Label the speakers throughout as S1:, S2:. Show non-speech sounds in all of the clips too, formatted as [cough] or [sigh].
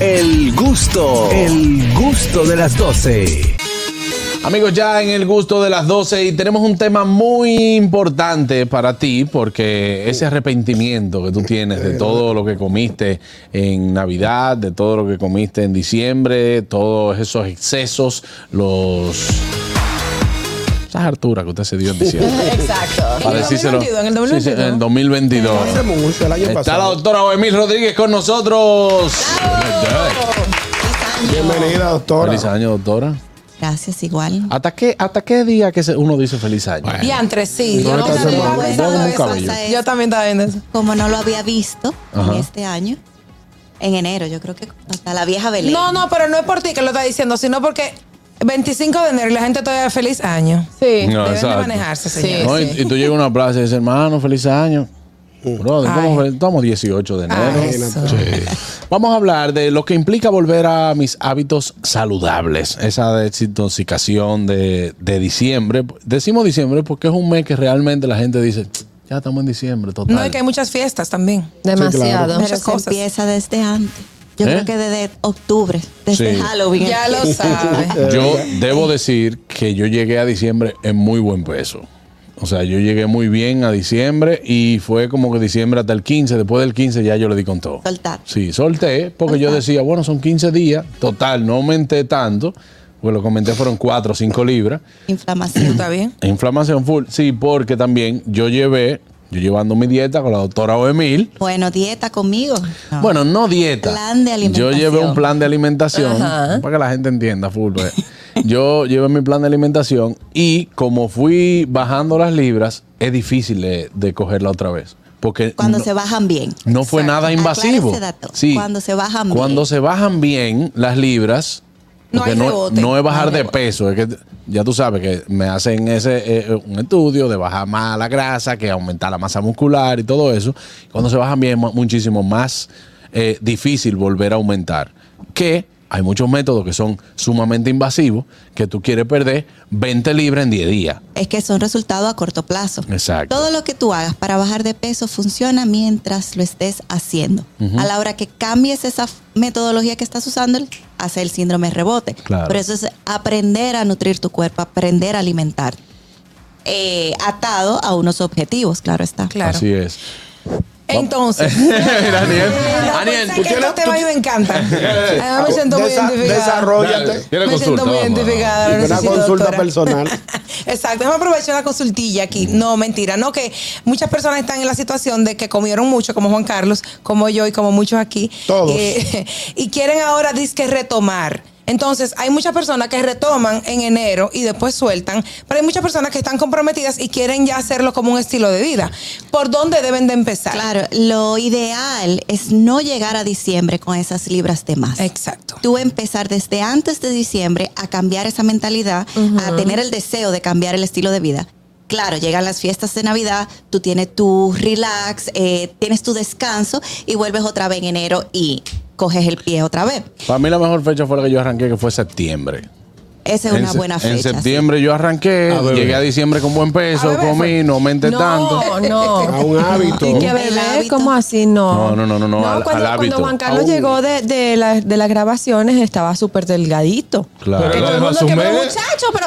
S1: El gusto, el gusto de las 12.
S2: Amigos, ya en el gusto de las 12 y tenemos un tema muy importante para ti porque ese arrepentimiento que tú tienes de todo lo que comiste en Navidad, de todo lo que comiste en diciembre, todos esos excesos, los... Esas harturas que usted se dio en diciembre.
S3: Exacto.
S2: [laughs] Para decírselo.
S3: En el
S2: Sí, sí, en el 2022.
S4: Hace mucho, el año
S2: Está la
S4: pasado.
S2: doctora Oemil Rodríguez con nosotros.
S4: Bienvenida, doctora.
S2: Feliz año, doctora.
S3: Gracias, igual.
S2: ¿Hasta qué, hasta qué día que se- uno dice feliz año?
S3: Y entre sí.
S4: No
S3: Yo,
S4: le
S3: no
S4: pasa
S3: también
S4: nada.
S3: estaba pensando
S4: Vos como un
S3: eso,
S4: caballo.
S3: hasta
S5: Yo
S3: eso.
S5: también estaba viendo eso.
S3: Como no lo había visto
S2: Ajá.
S3: en este año, en enero, yo creo que hasta la vieja Belén.
S5: No, no, pero no es por ti que lo está diciendo, sino porque 25 de enero y la gente todavía feliz año.
S6: Sí.
S2: No,
S5: Deben de
S2: exacto.
S5: manejarse, señores.
S2: No, y, y tú llegas a una plaza y dices, hermano, feliz año. Brother,
S5: Ay.
S2: ¿cómo fue? estamos 18 de enero.
S5: Ah, eso.
S2: Vamos a hablar de lo que implica volver a mis hábitos saludables. Esa desintoxicación de, de diciembre. Decimos diciembre porque es un mes que realmente la gente dice, ya estamos en diciembre, total.
S5: No, y que hay muchas fiestas también.
S6: Demasiado.
S3: Pero
S5: muchas
S3: se
S5: cosas.
S3: empieza desde antes. Yo
S2: ¿Eh?
S3: creo que desde octubre, desde
S2: Sí.
S3: Halloween.
S5: Ya lo
S3: empieza.
S2: [laughs]
S5: sabes.
S2: Yo
S3: Eh,
S2: debo decir que yo llegué a diciembre en muy buen peso. O sea, yo llegué muy bien a diciembre y fue como que diciembre hasta el 15. Después del 15 ya yo le di con todo.
S3: Soltar.
S2: Sí, solté porque yo
S3: Soltar.
S2: decía, bueno, son 15 días. Total, no aumenté tanto. Pues lo comenté, fueron 4 o 5 libras.
S3: Inflamación.
S5: ¿Está bien?
S2: Inflamación full. Sí, porque también yo llevé, yo llevando mi dieta con la doctora Oemil.
S3: Bueno, dieta conmigo. No.
S2: Bueno, no dieta.
S3: Ah. Plan de alimentación.
S2: Yo llevé un plan de alimentación para que la gente entienda,
S3: [laughs]
S2: full. eh. Yo llevé mi plan de alimentación y como fui bajando las libras, es difícil de, de cogerla otra vez. Porque
S3: cuando
S2: no-
S3: se bajan bien.
S2: no fue nada invasivo.
S3: Aclara ese dato. Cuando se bajan bien.
S2: Cuando se bajan bien las libras,
S5: No
S2: porque
S5: hay rebote.
S2: no es bajar
S5: No hay
S2: de
S5: rebote.
S2: peso, es que ya tú sabes que me hacen ese eh, un estudio de bajar más la grasa, que aumentar la masa muscular y todo eso. Cuando se bajan bien es mu- muchísimo más eh, difícil volver a aumentar. Que hay muchos métodos que son sumamente invasivos, que tú quieres perder 20 libras en 10 días.
S3: es que son resultados a corto plazo.
S2: Exacto.
S3: Todo lo que tú hagas para bajar de peso funciona mientras lo estés haciendo. A la hora que cambies esa f- metodología que estás usando, hace el síndrome rebote.
S2: Claro.
S3: Por eso es aprender a nutrir tu cuerpo, aprender a alimentar. Eh, atado a unos objetivos, claro está.
S5: Claro.
S2: Así es.
S5: [laughs] Entonces.
S2: [laughs]
S5: pues,
S2: Daniel,
S5: Daniel,
S2: Daniel,
S5: que estos temas Este a mí
S2: [laughs]
S5: me encantan. Además Ah, me siento muy
S4: Desa-
S5: identificada.
S4: desarrollate.
S2: Dale, quiere
S5: Me
S2: consulta,
S5: siento muy
S2: vamos, vamos.
S5: identificada. ahora
S4: Y una
S5: necesito,
S4: consulta
S5: doctora.
S4: personal.
S5: Exacto, me aprovecho la consultilla aquí. No, mentira, no, que muchas personas están en la situación de que comieron mucho, como Juan Carlos, como yo y como muchos aquí.
S4: Todos.
S5: Eh, [laughs] y quieren ahora, disque, retomar. Entonces, hay muchas personas que retoman en enero y después sueltan, pero hay muchas personas que están comprometidas y quieren ya hacerlo como un estilo de vida. ¿Por dónde deben de empezar?
S3: Claro, lo ideal es no llegar a diciembre con esas libras de más.
S5: Exacto.
S3: tú empezar desde antes de diciembre a cambiar esa mentalidad, a tener el deseo de cambiar el estilo de vida. Claro, llegan las fiestas de Navidad, tú tienes tu relax, eh, tienes tu descanso y vuelves otra vez en enero y coges el pie otra vez.
S2: para mí la mejor fecha fue la que yo arranqué, que fue septiembre.
S3: Esa es
S2: En
S3: una
S2: se-
S3: buena fecha.
S2: En
S3: sí.
S2: septiembre yo arranqué,
S4: beber.
S2: llegué a diciembre con buen
S5: A
S2: peso,
S5: beber
S2: comí, no aumenté tanto.
S6: No,
S5: [laughs]
S6: no.
S4: A un hábito.
S6: Y que
S3: El
S6: bebé,
S3: hábito.
S6: ¿cómo así? No.
S2: No, no, no, no, no, al-
S6: cuando,
S2: al hábito.
S6: cuando Juan Carlos
S4: Aún.
S6: llegó de, de, la- de las grabaciones estaba súper delgadito.
S2: Claro.
S6: Que
S2: Pero
S6: todo el
S4: lo
S6: mundo
S4: dejó
S6: que, pero
S4: asumir.
S6: muchacho, pero...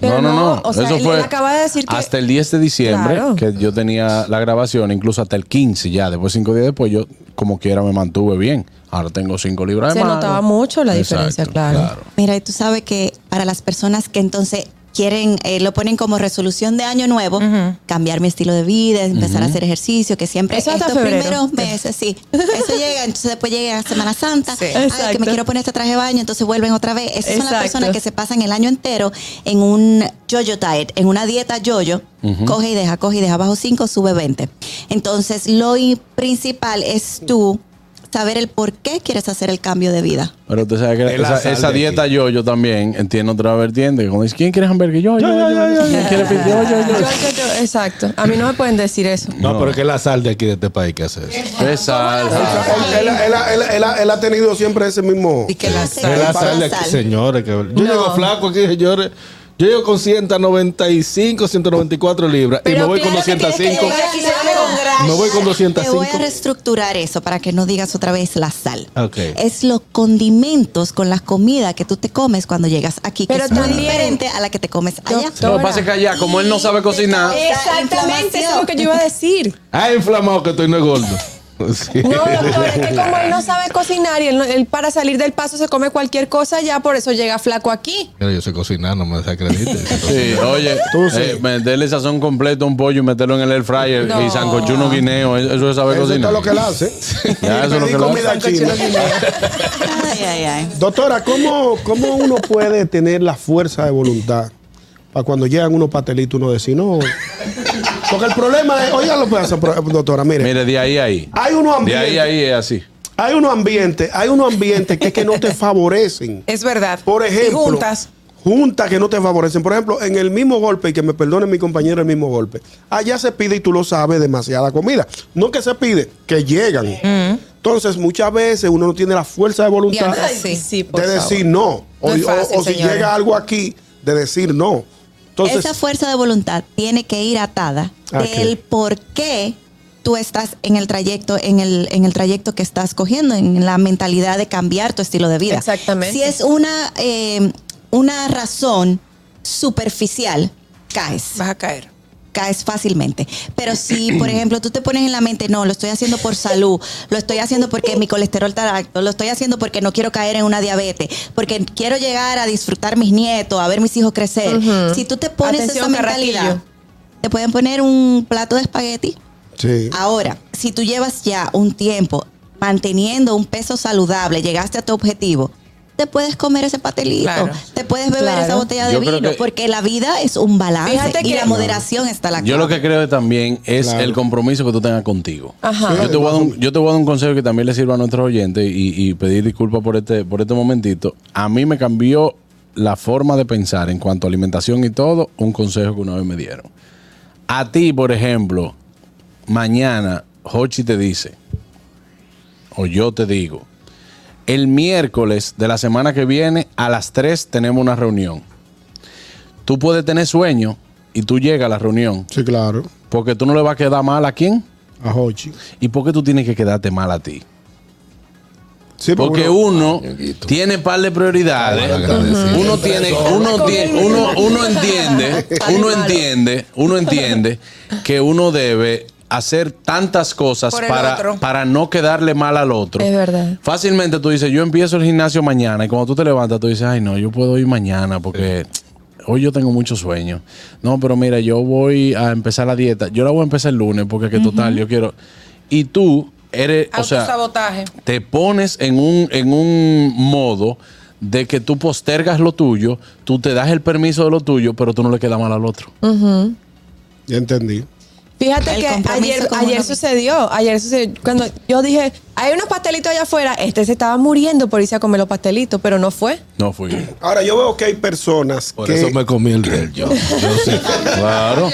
S2: No,
S6: pero
S2: no, no.
S6: O sea,
S2: Eso
S6: él,
S2: fue
S6: él acaba de decir que...
S2: hasta el 10 de diciembre,
S6: Claro.
S2: que yo tenía la grabación, incluso hasta el 15 ya. Después, cinco días después, yo como quiera me mantuve bien. Ahora tengo cinco libras de
S6: Se
S2: más.
S6: notaba mucho la
S2: Exacto,
S6: diferencia, claro.
S3: Mira, y tú sabes que para las personas que entonces quieren, eh, lo ponen como resolución de año nuevo, cambiar mi estilo de vida, empezar a hacer ejercicio, que siempre
S6: Eso hasta
S3: estos
S6: febrero.
S3: primeros meses, sí, eso llega, entonces después llega Semana Santa,
S5: Sí.
S3: ay, que
S6: Exacto.
S3: me quiero poner este traje de baño, entonces vuelven otra vez. Esas son las
S6: Exacto.
S3: personas que se pasan el año entero en un yo-yo diet, en una dieta yo-yo, coge y deja, coge y deja, bajo 5, sube 20. Entonces, lo i- principal es tú saber el por qué quieres hacer el cambio de vida.
S2: Pero tú sabes que
S4: Te la
S2: esa,
S4: sal
S2: esa
S4: de
S2: dieta
S4: aquí.
S2: yo, yo también entiendo otra vertiente. que Cuando dice, ¿quién quiere hamburguesa? Yo, yo, yo, yo, yo. ¿Quién quiere pizza? Yo, yo,
S6: Yo,
S2: yo.
S6: yo, yo, exacto. A mí no me pueden decir eso.
S4: No, pero que es la sal de aquí de este país que hace eso.
S2: Exacto.
S4: Él, él- él- él- él ha tenido siempre ese mismo.
S5: Y que la
S3: Sí.
S4: Es
S3: Para
S4: la sal de
S3: la
S4: aquí,
S3: sal.
S4: señores. que- Yo llego flaco aquí, señores. Yo llego con 195, 194 libras y me voy con
S6: claro que tienes que
S4: 205.
S6: llegar
S5: Aquí se come con
S4: Me voy con
S3: Te voy a
S4: 205.
S3: reestructurar eso para que no digas otra vez la sal.
S4: Ok.
S3: Es los condimentos con las comidas que tú te comes cuando llegas aquí, que
S6: Pero
S3: es muy
S6: también-
S3: diferente a la que te comes allá.
S2: Lo que pasa es que allá, como él no sabe cocinar,
S3: Eh,
S6: Exactamente, eso es lo que yo iba a decir.
S4: Ah, inflamado que estoy no es gordo. [laughs] Sí.
S6: No, doctor, es que como él no sabe cocinar y él, no- él para salir del paso se come cualquier cosa ya, por eso llega flaco aquí.
S4: Mira, yo sé cocinar, no me desacredites.
S2: Sí, oye, eh, meterle sazón completo a un pollo y meterlo en el air fryer y sancochuno guineo, eso eso es saber
S7: Eso es
S2: cocinar.
S7: todo lo que él
S2: [laughs]
S7: hace.
S2: Ya, eso es lo
S7: Pedí
S2: que él
S7: comida
S2: hace.
S7: china.
S3: Ay, ay, ay.
S7: Doctora, ¿cómo, ¿cómo uno puede tener la fuerza de voluntad para cuando llegan unos pastelitos uno decir no? Porque el problema es, oiga lo que hace, pro- doctora, mire.
S2: Mire, de ahí a ahí.
S7: hay unos
S2: De
S7: ambientes,
S2: ahí a ahí es así.
S7: hay unos ambientes, hay unos ambientes que, es que no
S5: [laughs]
S7: te favorecen.
S5: Es verdad.
S7: Por ejemplo,
S5: Y juntas.
S7: juntas que no te favorecen. Por ejemplo, en el mismo golpe, y que me perdone mi compañero el mismo golpe, allá se pide y tú lo sabes, demasiada comida. No que se pide, que llegan.
S5: Mm.
S7: Entonces, muchas veces uno no tiene la fuerza de voluntad
S5: Diana, sí. Sí,
S7: de decir no. O,
S5: No es
S7: o-
S5: fácil,
S7: o si
S5: señores.
S7: llega algo aquí, de decir no. Entonces,
S3: Esa fuerza de voluntad tiene que ir atada
S7: Ah,
S3: del
S7: ok.
S3: por qué tú estás en el trayecto, en el, en el trayecto que estás cogiendo, en la mentalidad de cambiar tu estilo de vida.
S6: Exactamente.
S3: Si es una, eh, una razón superficial, caes
S5: Vas a caer.
S3: caes fácilmente. Pero si, por ejemplo, tú te pones en la mente, no, lo estoy haciendo por salud, lo estoy haciendo porque mi colesterol está alto, lo estoy haciendo porque no quiero caer en una diabetes, porque quiero llegar a disfrutar mis nietos, a ver mis hijos crecer.
S6: Ujú.
S3: Si tú te pones
S6: Atención,
S3: esa mentalidad,
S6: Carraquillo.
S3: te pueden poner un plato de espagueti.
S7: sí.
S5: Ah.
S3: Ahora, si tú llevas ya un tiempo manteniendo un peso saludable, llegaste a tu objetivo, te puedes comer ese patelito,
S5: Claro.
S3: te puedes beber
S6: Claro.
S3: esa botella de
S2: Yo creo
S3: vino,
S2: que-
S3: porque la vida es un balance
S6: Fíjate
S3: y
S6: que-
S3: la moderación está la
S2: Yo
S3: clave.
S2: lo que creo también es
S7: Claro.
S2: el compromiso que tú tengas contigo.
S6: Ajá.
S2: Yo, te voy a dar un, yo te voy a dar un consejo que también le sirva a nuestros oyentes y, y pedir disculpas por este, por este momentito. A mí me cambió la forma de pensar en cuanto a alimentación y todo, un consejo que una vez me dieron. A ti, por ejemplo, mañana Hochi te dice, o yo te digo, el miércoles de la semana que viene a las 3 tenemos una reunión. Tú puedes tener sueño y tú llegas a la reunión.
S7: Sí, claro.
S2: Porque tú no le vas a quedar mal a quién.
S7: A Hochi.
S2: ¿Y por qué tú tienes que quedarte mal a ti?
S7: Sí, pero
S2: Porque
S7: uno-
S2: uno
S4: Ñonguito.
S2: tiene par de prioridades.
S4: Malagradecido.
S2: Uno tiene, uno tiene, uno, uno entiende, uno entiende, uno entiende que uno debe hacer tantas cosas
S5: Por el
S2: para,
S5: otro.
S2: para no quedarle mal al otro.
S6: Es verdad.
S2: Fácilmente tú dices, yo empiezo el gimnasio mañana y cuando tú te levantas tú dices, ay no, yo puedo ir mañana porque hoy yo tengo mucho sueño. No, pero mira, yo voy a empezar la dieta. Yo la voy a empezar el lunes porque que total, yo quiero... Y tú eres... O sea,
S5: Autosabotaje.
S2: te pones en un, en un modo de que tú postergas lo tuyo, tú te das el permiso de lo tuyo, pero tú no le quedas mal al otro.
S7: Ya entendí.
S6: Fíjate
S3: El
S6: que
S3: compromiso
S6: ayer,
S3: con
S6: ayer
S3: uno
S6: sucedió, ayer sucedió, cuando yo dije, hay unos pastelitos allá afuera, este se estaba muriendo por irse a comer los pastelitos, pero no fue.
S2: No fui.
S7: Ahora, yo veo que hay personas
S4: Por
S7: que...
S4: eso me comí el del yo. Yo sí.
S2: Claro,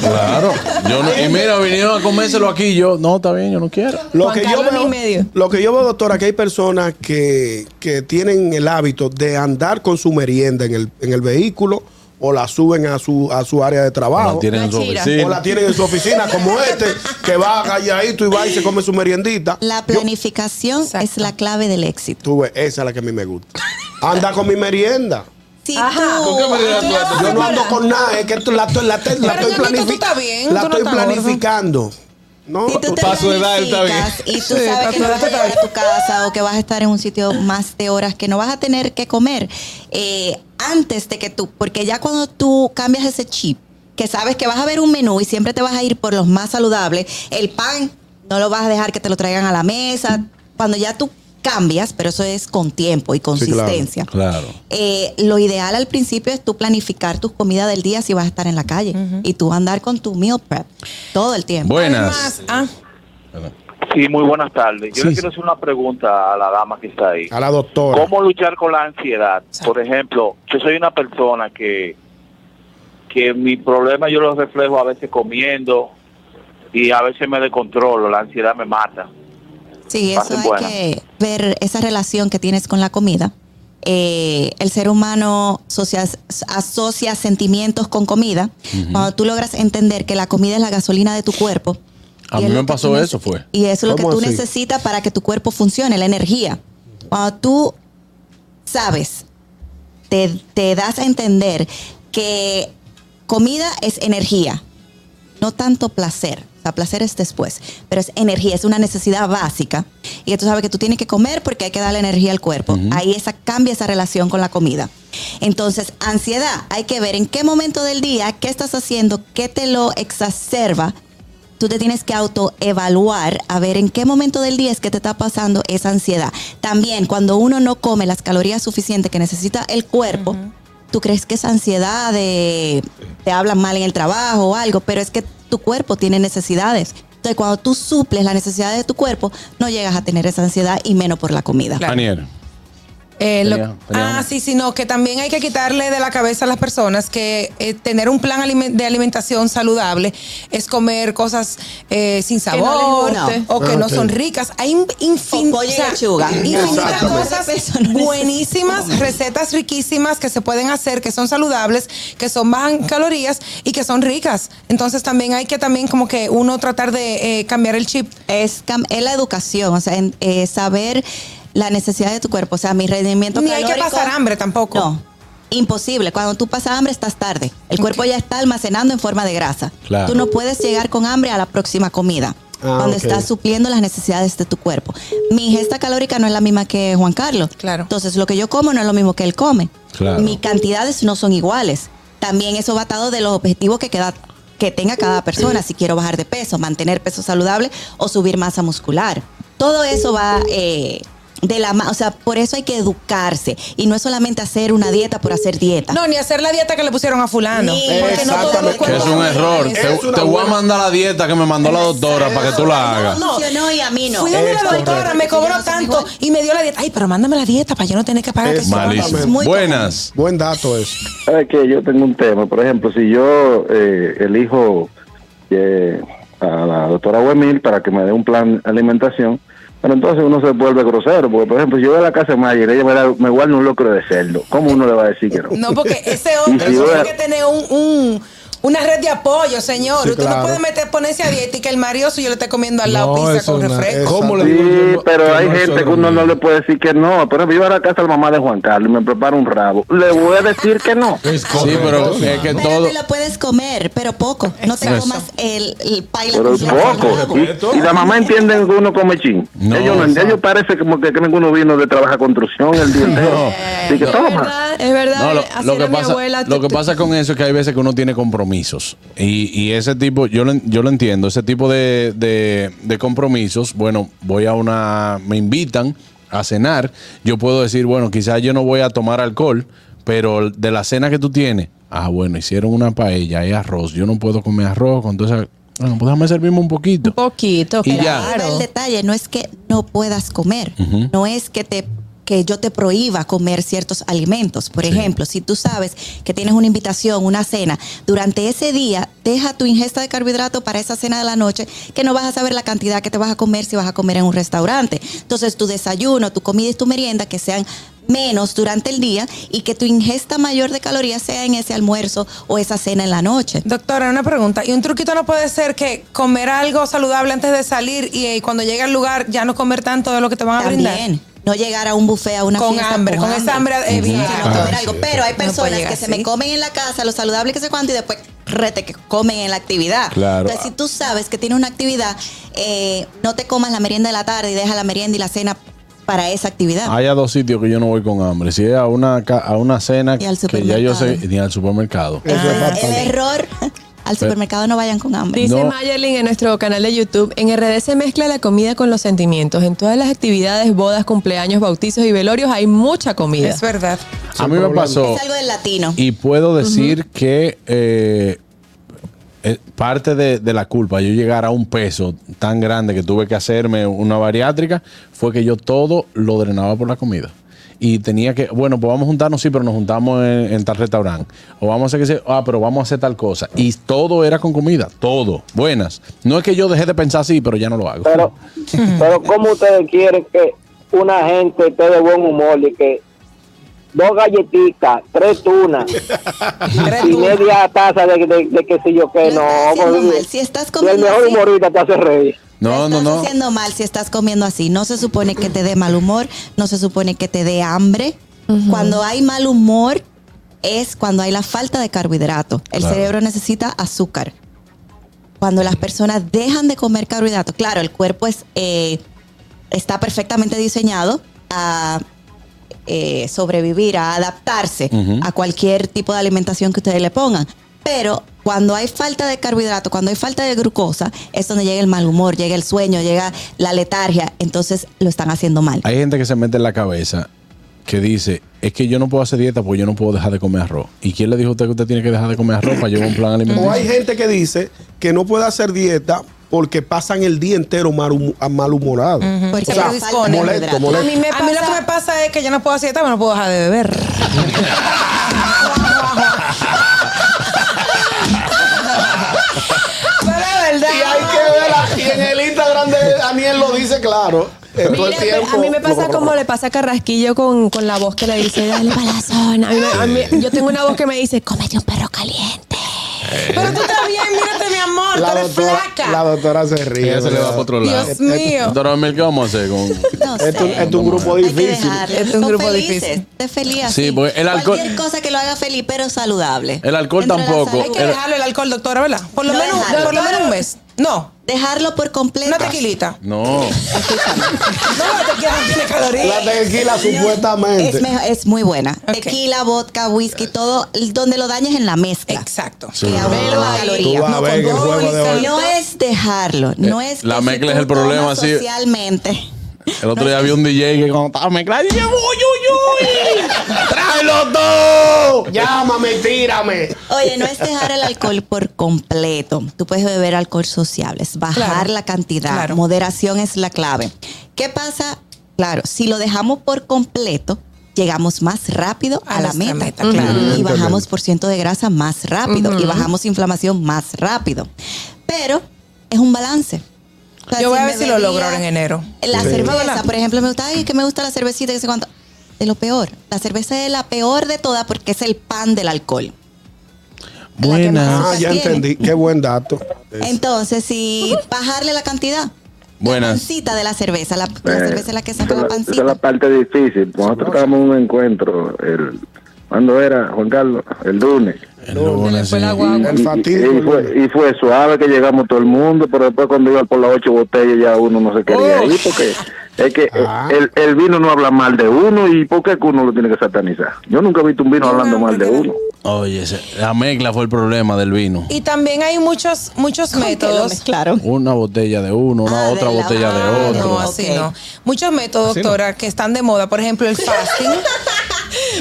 S2: claro. Yo no- y mira, vinieron a comérselo aquí. Yo, no, está bien, yo no quiero.
S7: Lo
S6: Juan
S7: que, yo
S6: Carlos
S7: veo,
S6: ni medio.
S7: lo que yo veo, doctora, que hay personas que, que tienen el hábito de andar con su merienda en el, en el vehículo o la suben a su, a su área de trabajo.
S2: No la tienen en su
S6: Machira.
S2: oficina.
S7: o la tienen en su oficina, como este, que va calladito y va y se come su meriendita.
S3: La
S7: Yo-
S3: planificación es
S5: Exacto.
S3: la clave del éxito.
S7: tú ves, esa es la que a mí me gusta. Anda con mi merienda.
S3: Si
S6: Ajá.
S3: tú-
S6: ¿Con qué manera
S5: tú la vas a
S7: Yo no
S5: preparar?
S7: ando con nada, es que esto- la, la- la estoy,
S5: Ñonguito, tú
S7: planifi-
S5: estás bien,
S7: la
S5: tú no
S7: estoy
S5: estás gordo.
S7: planificando. No,
S3: si tú te
S4: Paso de edad, está bien.
S3: planificas y tú sabes
S5: Sí,
S3: que
S5: paso
S3: no
S5: de
S3: vas a
S5: edad, está
S3: llegar a tu casa o que vas a estar en un sitio más de horas que no vas a tener que comer eh, antes de que tú, porque ya cuando tú cambias ese chip, que sabes que vas a ver un menú y siempre te vas a ir por los más saludables, el pan no lo vas a dejar que te lo traigan a la mesa, cuando ya tú cambias, pero eso es con tiempo y
S7: claro.
S3: consistencia.
S2: Claro.
S3: Eh, lo ideal al principio es tú planificar tus comidas del día si vas a estar en la calle y tú andar con tu meal prep todo el tiempo.
S2: Buenas.
S5: Además, ah,
S8: Sí, muy buenas tardes. Yo
S2: Sí,
S8: le
S2: sí.
S8: quiero hacer una pregunta a la dama que está ahí.
S7: a la doctora.
S8: ¿Cómo luchar con la ansiedad? Por ejemplo, yo soy una persona que, que mi problema yo lo reflejo a veces comiendo y a veces me descontrolo, la ansiedad me mata.
S3: Sí,
S8: Pasen
S3: eso hay
S8: buena.
S3: que ver esa relación que tienes con la comida. Eh, el ser humano asocia, asocia sentimientos con comida. Cuando tú logras entender que la comida es la gasolina de tu cuerpo,
S2: A
S3: Y
S2: mí
S3: es lo
S2: me
S3: que
S2: pasó
S3: tú neces-
S2: eso, fue.
S3: Y eso es lo que
S7: ¿Cómo
S3: tú
S7: así?
S3: necesitas para que tu cuerpo funcione, la energía. Cuando tú sabes, te, te das a entender que comida es energía, no tanto placer. O sea, placer es después, pero es energía, es una necesidad básica. Y tú sabes que tú tienes que comer porque hay que darle energía al cuerpo. Ahí esa, cambia esa relación con la comida. Entonces, ansiedad, hay que ver en qué momento del día, qué estás haciendo, qué te lo exacerba tú te tienes que autoevaluar a ver en qué momento del día es que te está pasando esa ansiedad. También cuando uno no come las calorías suficientes que necesita el cuerpo, tú crees que esa ansiedad de te hablan mal en el trabajo o algo, pero es que tu cuerpo tiene necesidades. Entonces cuando tú suples las necesidades de tu cuerpo, no llegas a tener esa ansiedad y menos por la comida.
S5: Claro.
S2: Aniel.
S5: Eh, lo-
S2: Tenía- tenía
S5: ah,
S2: una.
S5: sí, sí, no, que también hay que quitarle de la cabeza a las personas que eh, tener un plan alime- de alimentación saludable es comer cosas eh,
S6: no
S5: sin
S6: les
S5: sabor
S6: guste.
S5: o que
S7: Ah,
S5: no
S7: ok.
S5: son ricas. Hay in- infin-
S3: O pollo y lechuga.
S5: infinitas
S3: Exactamente.
S5: cosas
S3: Eso no
S5: buenísimas, recetas riquísimas que se pueden hacer, que son saludables, que son bajas en calorías y que son ricas. Entonces también hay que también como que uno tratar de eh, cambiar el chip.
S3: Es, cam- es la educación, o sea, en- eh, saber la necesidad de tu cuerpo, o sea, mi rendimiento
S5: Ni hay que
S3: calórico-
S5: pasar hambre tampoco.
S3: No, imposible. Cuando tú pasas hambre estás tarde. El cuerpo ya está almacenando en forma de grasa.
S2: Claro.
S3: Tú no puedes llegar con hambre a la próxima comida.
S7: Ah,
S3: donde
S7: ok.
S3: estás supliendo las necesidades de tu cuerpo. Mi ingesta calórica no es la misma que Juan Carlos.
S5: Claro.
S3: Entonces, lo que yo como no es lo mismo que él come.
S2: Claro.
S3: Mis cantidades no son iguales. También eso va atado de los objetivos que queda que tenga cada persona, si quiero bajar de peso, mantener peso saludable o subir masa muscular. Todo eso va eh, de la mano, o sea, por eso hay que educarse y no es solamente hacer una dieta por hacer dieta.
S5: No, ni hacer la dieta que le pusieron a fulano.
S3: Ni-
S5: porque no todos los
S7: Exactamente.
S2: Que es
S5: cuerpos
S2: un
S5: son
S2: error.
S5: iguales.
S2: Te,
S7: Es una
S2: te voy a
S7: buena-
S2: mandar la dieta que me mandó la doctora para que tú la hagas.
S3: No funcionó y a mí no.
S5: Fui donde la doctora, me
S3: Yo
S5: cobró
S3: no soy
S5: tanto
S3: igual.
S5: y me dio la dieta. Ay, pero mándame la dieta para yo no tener que pagar. que
S7: Es
S5: se lo mande.
S7: Exactamente.
S2: Malísimo.
S3: Muy
S2: Buenas.
S7: Buen dato eso.
S9: ¿Sabes que Yo tengo un tema. Por ejemplo, si yo eh, elijo eh, a la doctora Wemil para que me dé un plan de alimentación, pero entonces uno se vuelve grosero. Porque, por ejemplo, si yo voy a la casa de Mayer y ella me, da- me guarda un locro de cerdo, ¿cómo uno le va a decir que no?
S5: No, porque ese hombre
S9: Y si
S5: tiene
S9: va-
S5: que tener un, un- una red de apoyo, señor.
S7: Sí,
S5: Usted no
S7: claro.
S5: puede meter, ponerse a dieta y que el marido suyo le esté comiendo al
S4: No,
S5: lado pizza
S4: eso
S5: con
S4: no,
S5: refresco.
S7: eso-
S4: ¿Cómo le digo
S9: Sí,
S4: yo
S9: pero hay
S4: no es
S9: gente que
S4: solo
S9: uno
S4: mío?
S9: no le puede decir que no. Por ejemplo, yo voy a la casa de la mamá de Juan Carlos y me prepara un rabo. Le voy a decir que no.
S4: Es
S2: Sí, pero
S4: correcto.
S2: es que
S3: Pero
S2: todo.
S3: te lo puedes comer, pero poco. No te
S2: Exacto.
S3: comas el, el paila
S9: Pero es
S3: completo.
S9: poco. Y, y la mamá entiende que uno come chin.
S2: No,
S9: ellos, no, ellos parece como que creen que uno vino de trabajar construcción el día entero. Así que
S6: es
S9: toma.
S6: verdad, es verdad.
S2: No, lo,
S6: así
S2: lo
S6: era
S2: que
S6: mi
S2: pasa,
S6: abuela.
S2: lo que
S6: Tú-
S2: pasa con eso es que hay veces que uno tiene compromisos. Y, y ese tipo, yo lo, en- yo lo entiendo, ese tipo de, de- de compromisos, bueno, voy a una, me invitan a cenar, yo puedo decir, bueno, quizás yo no voy a tomar alcohol, pero de la cena que tú tienes, ah, bueno, hicieron una paella, hay arroz, yo no puedo comer arroz, entonces, bueno, pues déjame servirme un poquito.
S6: Un poquito,
S2: Y ya.
S3: Ahí va
S6: claro.
S3: El detalle no es que no puedas comer, no es que te que yo te prohíba comer ciertos alimentos. Por ejemplo, si tú sabes que tienes una invitación, una cena, durante ese día deja tu ingesta de carbohidrato para esa cena de la noche, que no vas a saber la cantidad que te vas a comer si vas a comer en un restaurante. Entonces, tu desayuno, tu comida y tu merienda que sean menos durante el día y que tu ingesta mayor de calorías sea en ese almuerzo o esa cena en la noche.
S5: Doctora, una pregunta. ¿Y un truquito no puede ser que comer algo saludable antes de salir y, eh, cuando llegue al lugar ya no comer tanto de lo que te van a brindar?
S3: También. No llegar a un buffet, a una
S5: Con
S3: fiesta
S5: hambre, con esa hambre, eh,
S3: Sí,
S5: bien.
S3: sino
S5: Ah,
S3: comer
S5: sí,
S3: algo. Pero hay
S5: No
S3: personas
S5: puede
S3: que
S5: llegar
S3: se me
S5: así.
S3: comen en la casa, lo saludable que se cuánto, y después rete que comen en la actividad.
S2: Claro.
S3: Entonces, si tú sabes que tienes una actividad, eh, no te comas la merienda de la tarde y deja la merienda y la cena para esa actividad.
S2: Hay a dos sitios que yo no voy con hambre. Si es a una, ca- a una cena
S3: Y al
S2: que ya yo sé,
S3: supermercado.
S2: ni al supermercado.
S7: Eso
S5: Ah,
S7: es
S3: El
S7: fatal.
S3: error al supermercado no vayan con hambre.
S6: Dice
S2: No.
S6: Mayerlin en nuestro canal de YouTube, en RD se mezcla la comida con los sentimientos. En todas las actividades, bodas, cumpleaños, bautizos y velorios hay mucha comida.
S5: Es verdad.
S2: A mí me pasó.
S3: Es algo del latino.
S2: Y puedo decir que eh, eh, parte de, de la culpa, yo llegar a un peso tan grande que tuve que hacerme una bariátrica, fue que yo todo lo drenaba por la comida. Y tenía que, bueno, pues vamos a juntarnos, sí, pero nos juntamos en, en tal restaurante. O vamos a hacer que se, ah, pero vamos a hacer tal cosa. Y todo era con comida, todo, buenas. No es que yo dejé de pensar así, pero ya no lo hago.
S3: [laughs]
S10: Pero, pero ¿cómo ustedes quieren que una gente esté de buen humor y que dos galletitas, tres tunas y media taza de, de, de qué sé yo qué. No,
S3: haciendo
S10: porque-
S3: mal. Si estás
S10: y el
S3: comiendo
S10: mejor
S3: así,
S10: humorista te hace reír.
S2: No, no,
S3: estás
S2: no.
S3: haciendo mal si estás comiendo así. No se supone que te dé mal humor, no se supone que te dé hambre. Cuando hay mal humor es cuando hay la falta de carbohidrato. El
S2: Claro.
S3: cerebro necesita azúcar. Cuando las personas dejan de comer carbohidrato, claro, el cuerpo es, eh, está perfectamente diseñado a eh, sobrevivir, a adaptarse
S2: Ujú.
S3: a cualquier tipo de alimentación que ustedes le pongan. Pero cuando hay falta de carbohidrato, cuando hay falta de glucosa, es donde llega el mal humor, llega el sueño, llega la letargia. Entonces lo están haciendo mal.
S2: Hay gente que se mete en la cabeza que dice, es que yo no puedo hacer dieta porque yo no puedo dejar de comer arroz. ¿Y quién le dijo a usted que usted tiene que dejar de comer arroz para llevar un plan
S7: O hay
S2: alimenticio?
S7: gente que dice que no puede hacer dieta porque pasan el día entero mal, humo- a- malhumorado.
S3: Porque
S7: O sea,
S3: la falta de
S7: molesto,
S3: carbohidrato.
S7: molesto.
S5: A mí, me pasa- lo que me pasa es que yo no puedo hacer dieta, pero no puedo dejar de beber. pero es verdad.
S7: Y hay que ver, aquí en el Instagram de Daniel lo dice claro. eh, todo el
S6: Mira, pero
S7: tiempo.
S6: a mí me pasa como le pasa a Carrasquillo con, con la voz que le dice, dale balazón. A mí me- a mí- yo tengo una voz que me dice, cómete un perro caliente.
S5: Pero tú también, mírate, mi amor,
S7: Eh. La
S5: tú eres
S7: doctora,
S5: flaca.
S7: la Eh, doctora se ríe.
S2: Ella se le va para otro lado.
S5: Dios mío.
S2: Doctor Amel, ¿qué vamos a hacer con...?
S3: No sé.
S7: Es un, es un grupo
S3: Hay que
S7: difícil.
S3: dejarlo.
S5: Es un
S3: Son
S5: grupo
S3: felices.
S5: difícil.
S3: Esté feliz así.
S2: Sí, porque el alcohol-
S3: Cualquier cosa que lo haga feliz, pero saludable.
S2: El alcohol
S3: Dentro de la
S2: tampoco.
S3: salud.
S5: Hay que
S7: eh.
S2: Era-
S5: dejarlo el alcohol, doctora, ¿verdad? Por lo,
S3: No
S5: menos,
S3: dejarlo.
S5: por lo menos un mes. No,
S3: Dejarlo por completo.
S5: una tequilita.
S2: No.
S5: No, la tequila no tiene
S7: La
S5: calorías.
S7: tequila supuestamente.
S3: Es, mejo- es muy buena.
S5: Ok.
S3: Tequila, vodka, whisky, todo. Donde lo dañes en la mezcla.
S5: Exacto.
S2: Sí.
S3: Que aumenta la
S7: Tú
S3: caloría.
S7: vas a
S5: No
S7: ver que el
S5: condone,
S7: juego de hoy. Eh,
S5: señor.
S3: No es dejarlo, no es que
S2: la
S3: si
S2: mezcla
S3: tú
S2: es el problema,
S3: tomas
S2: sí.
S3: Socialmente.
S2: El otro día vi un DJ que cuando estaba mezclando, yo, uy, uy, uy, tráelo todo.
S7: Llámame, tírame.
S3: Oye, no es dejar el alcohol por completo. Tú puedes beber alcohol sociable, es bajar
S5: Claro,
S3: la cantidad.
S5: claro.
S3: Moderación es la clave. ¿Qué pasa? Claro, si lo dejamos por completo, llegamos más rápido a,
S5: A
S3: la
S5: nuestra
S3: meta.
S5: meta, claro.
S3: Y bajamos por ciento de grasa más rápido y bajamos inflamación más rápido. Pero es un balance. O sea,
S5: Yo voy a
S3: me
S5: ver si lo logro ahora en enero.
S3: La
S7: Sí.
S3: cerveza, por ejemplo, me gusta, ay, que me gusta la cervecita, que sé cuánto. De lo peor. La cerveza es la peor de todas porque es el pan del alcohol.
S2: Buenas.
S7: Ah,
S3: tiene.
S7: ya
S3: Em-
S7: entendí. Qué buen dato.
S3: Entonces, si bajarle la cantidad, la
S2: Buenas.
S3: pancita de la cerveza, la, la
S9: Eh,
S3: cerveza es la que saca
S9: esa
S3: la
S9: es esa es la
S3: pancita.
S9: parte difícil. Nosotros estábamos en un encuentro, el, ¿cuándo era, Juan Carlos? El lunes.
S2: El lunes,
S6: Fue la
S2: sí.
S6: guagua.
S7: El fatídico
S9: y, fue, y fue suave que llegamos todo el mundo, pero después cuando iba por las ocho botellas ya uno no se quería ir porque es que
S7: Ah.
S9: el, el vino no habla mal de uno y ¿por qué que uno lo tiene que satanizar? Yo nunca he visto un vino hablando mal de uno.
S2: Oye, ese- la mezcla fue el problema del vino.
S5: Y también hay muchos, muchos métodos.
S3: Claro.
S2: Una botella de uno, una
S3: Ah,
S2: otra
S3: de la-
S2: botella de
S3: Ah,
S2: otro.
S5: No, así
S3: Ok.
S5: no. Muchos métodos, doctora, que están de moda. Por ejemplo, [laughs] el fasting.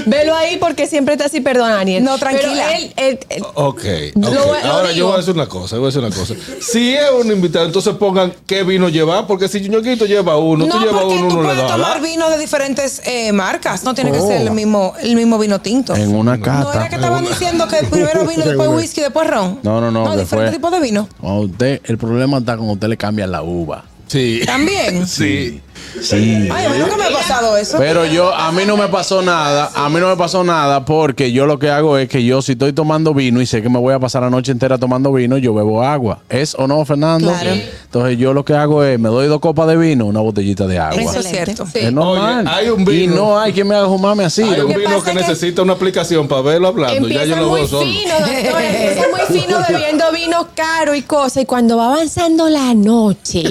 S6: Velo ahí porque siempre está así, perdona, Daniel.
S5: No, tranquila.
S6: Pero él- él- él-
S4: Ok,
S6: Lo-
S4: ok.
S6: lo
S4: ahora yo
S6: digo.
S4: voy a decir una cosa, yo voy a decir una cosa. Si es un invitado, entonces pongan qué vino llevar, porque si Ñoquito lleva uno, tú llevas
S5: porque
S4: uno,
S5: tú
S4: uno le
S5: puedes
S4: da.
S5: tomar
S4: ¿verdad?
S5: vinos de diferentes eh, marcas. No tiene que ser el mismo, el mismo vino tinto.
S2: Oh. En una
S5: No era
S2: cata.
S5: que estaban diciendo
S2: [laughs]
S5: que primero vino, después whisky, después ron.
S2: No, no, no,
S5: No,
S2: que
S5: diferentes
S2: fue-
S5: tipos de vino.
S2: Cuando usted, el problema está cuando usted le cambia la uva.
S4: Sí.
S5: También.
S4: [laughs] Sí.
S2: Sí.
S5: Ay, a mí nunca me ha pasado eso.
S2: Pero yo, a mí no me pasó nada, a mí no me pasó nada porque yo lo que hago es que yo si estoy tomando vino y sé que me voy a pasar la noche entera tomando vino, yo bebo agua. ¿Es o no, Fernando?
S3: Claro. Sí.
S2: Entonces yo lo que hago es, me doy dos copas de vino, una botellita de agua.
S5: Eso es
S3: Excelente.
S5: cierto.
S2: Es normal.
S4: Oye, hay un
S2: Y
S4: vino.
S2: no hay quien me haga fumarme así.
S4: Hay
S2: Lo
S4: un
S2: que-
S4: vino
S6: pasa
S4: que
S6: es que
S4: necesita una aplicación para verlo hablando. Ah, pues Ya yo
S6: Empieza
S4: lo
S6: muy
S4: veo solo.
S6: fino, doctor. Empieza muy fino bebiendo vinos caros y cosas. Y cuando va avanzando la noche,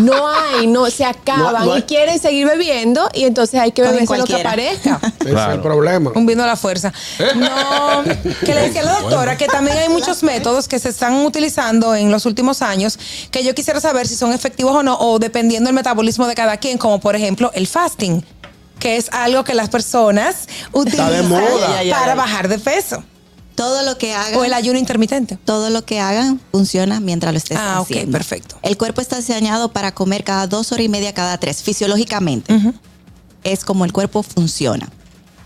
S6: no hay, no se acaban.
S7: No- no hay-
S6: Y quieren seguir bebiendo y entonces hay que
S3: Cogen
S6: beberse lo que
S3: cualquiera.
S6: aparezca.
S7: Ese es el problema.
S5: Un vino a la fuerza.
S7: ¿Eh?
S5: No, que le
S7: [laughs]
S5: decía a la doctora que también hay muchos métodos que se están utilizando en los últimos años que yo quisiera saber si son efectivos o no, o dependiendo del metabolismo de cada quien, como por ejemplo el fasting, que es algo que las personas utilizan
S7: moda.
S5: para
S7: Ay,
S5: bajar de peso,
S3: [laughs] Todo lo que hagan,
S5: o el ayuno intermitente.
S3: todo lo que hagan funciona mientras lo estés
S5: Ah, ok,
S3: haciendo.
S5: perfecto.
S3: El cuerpo está diseñado para comer cada dos horas y media, cada tres, fisiológicamente. Es como el cuerpo funciona.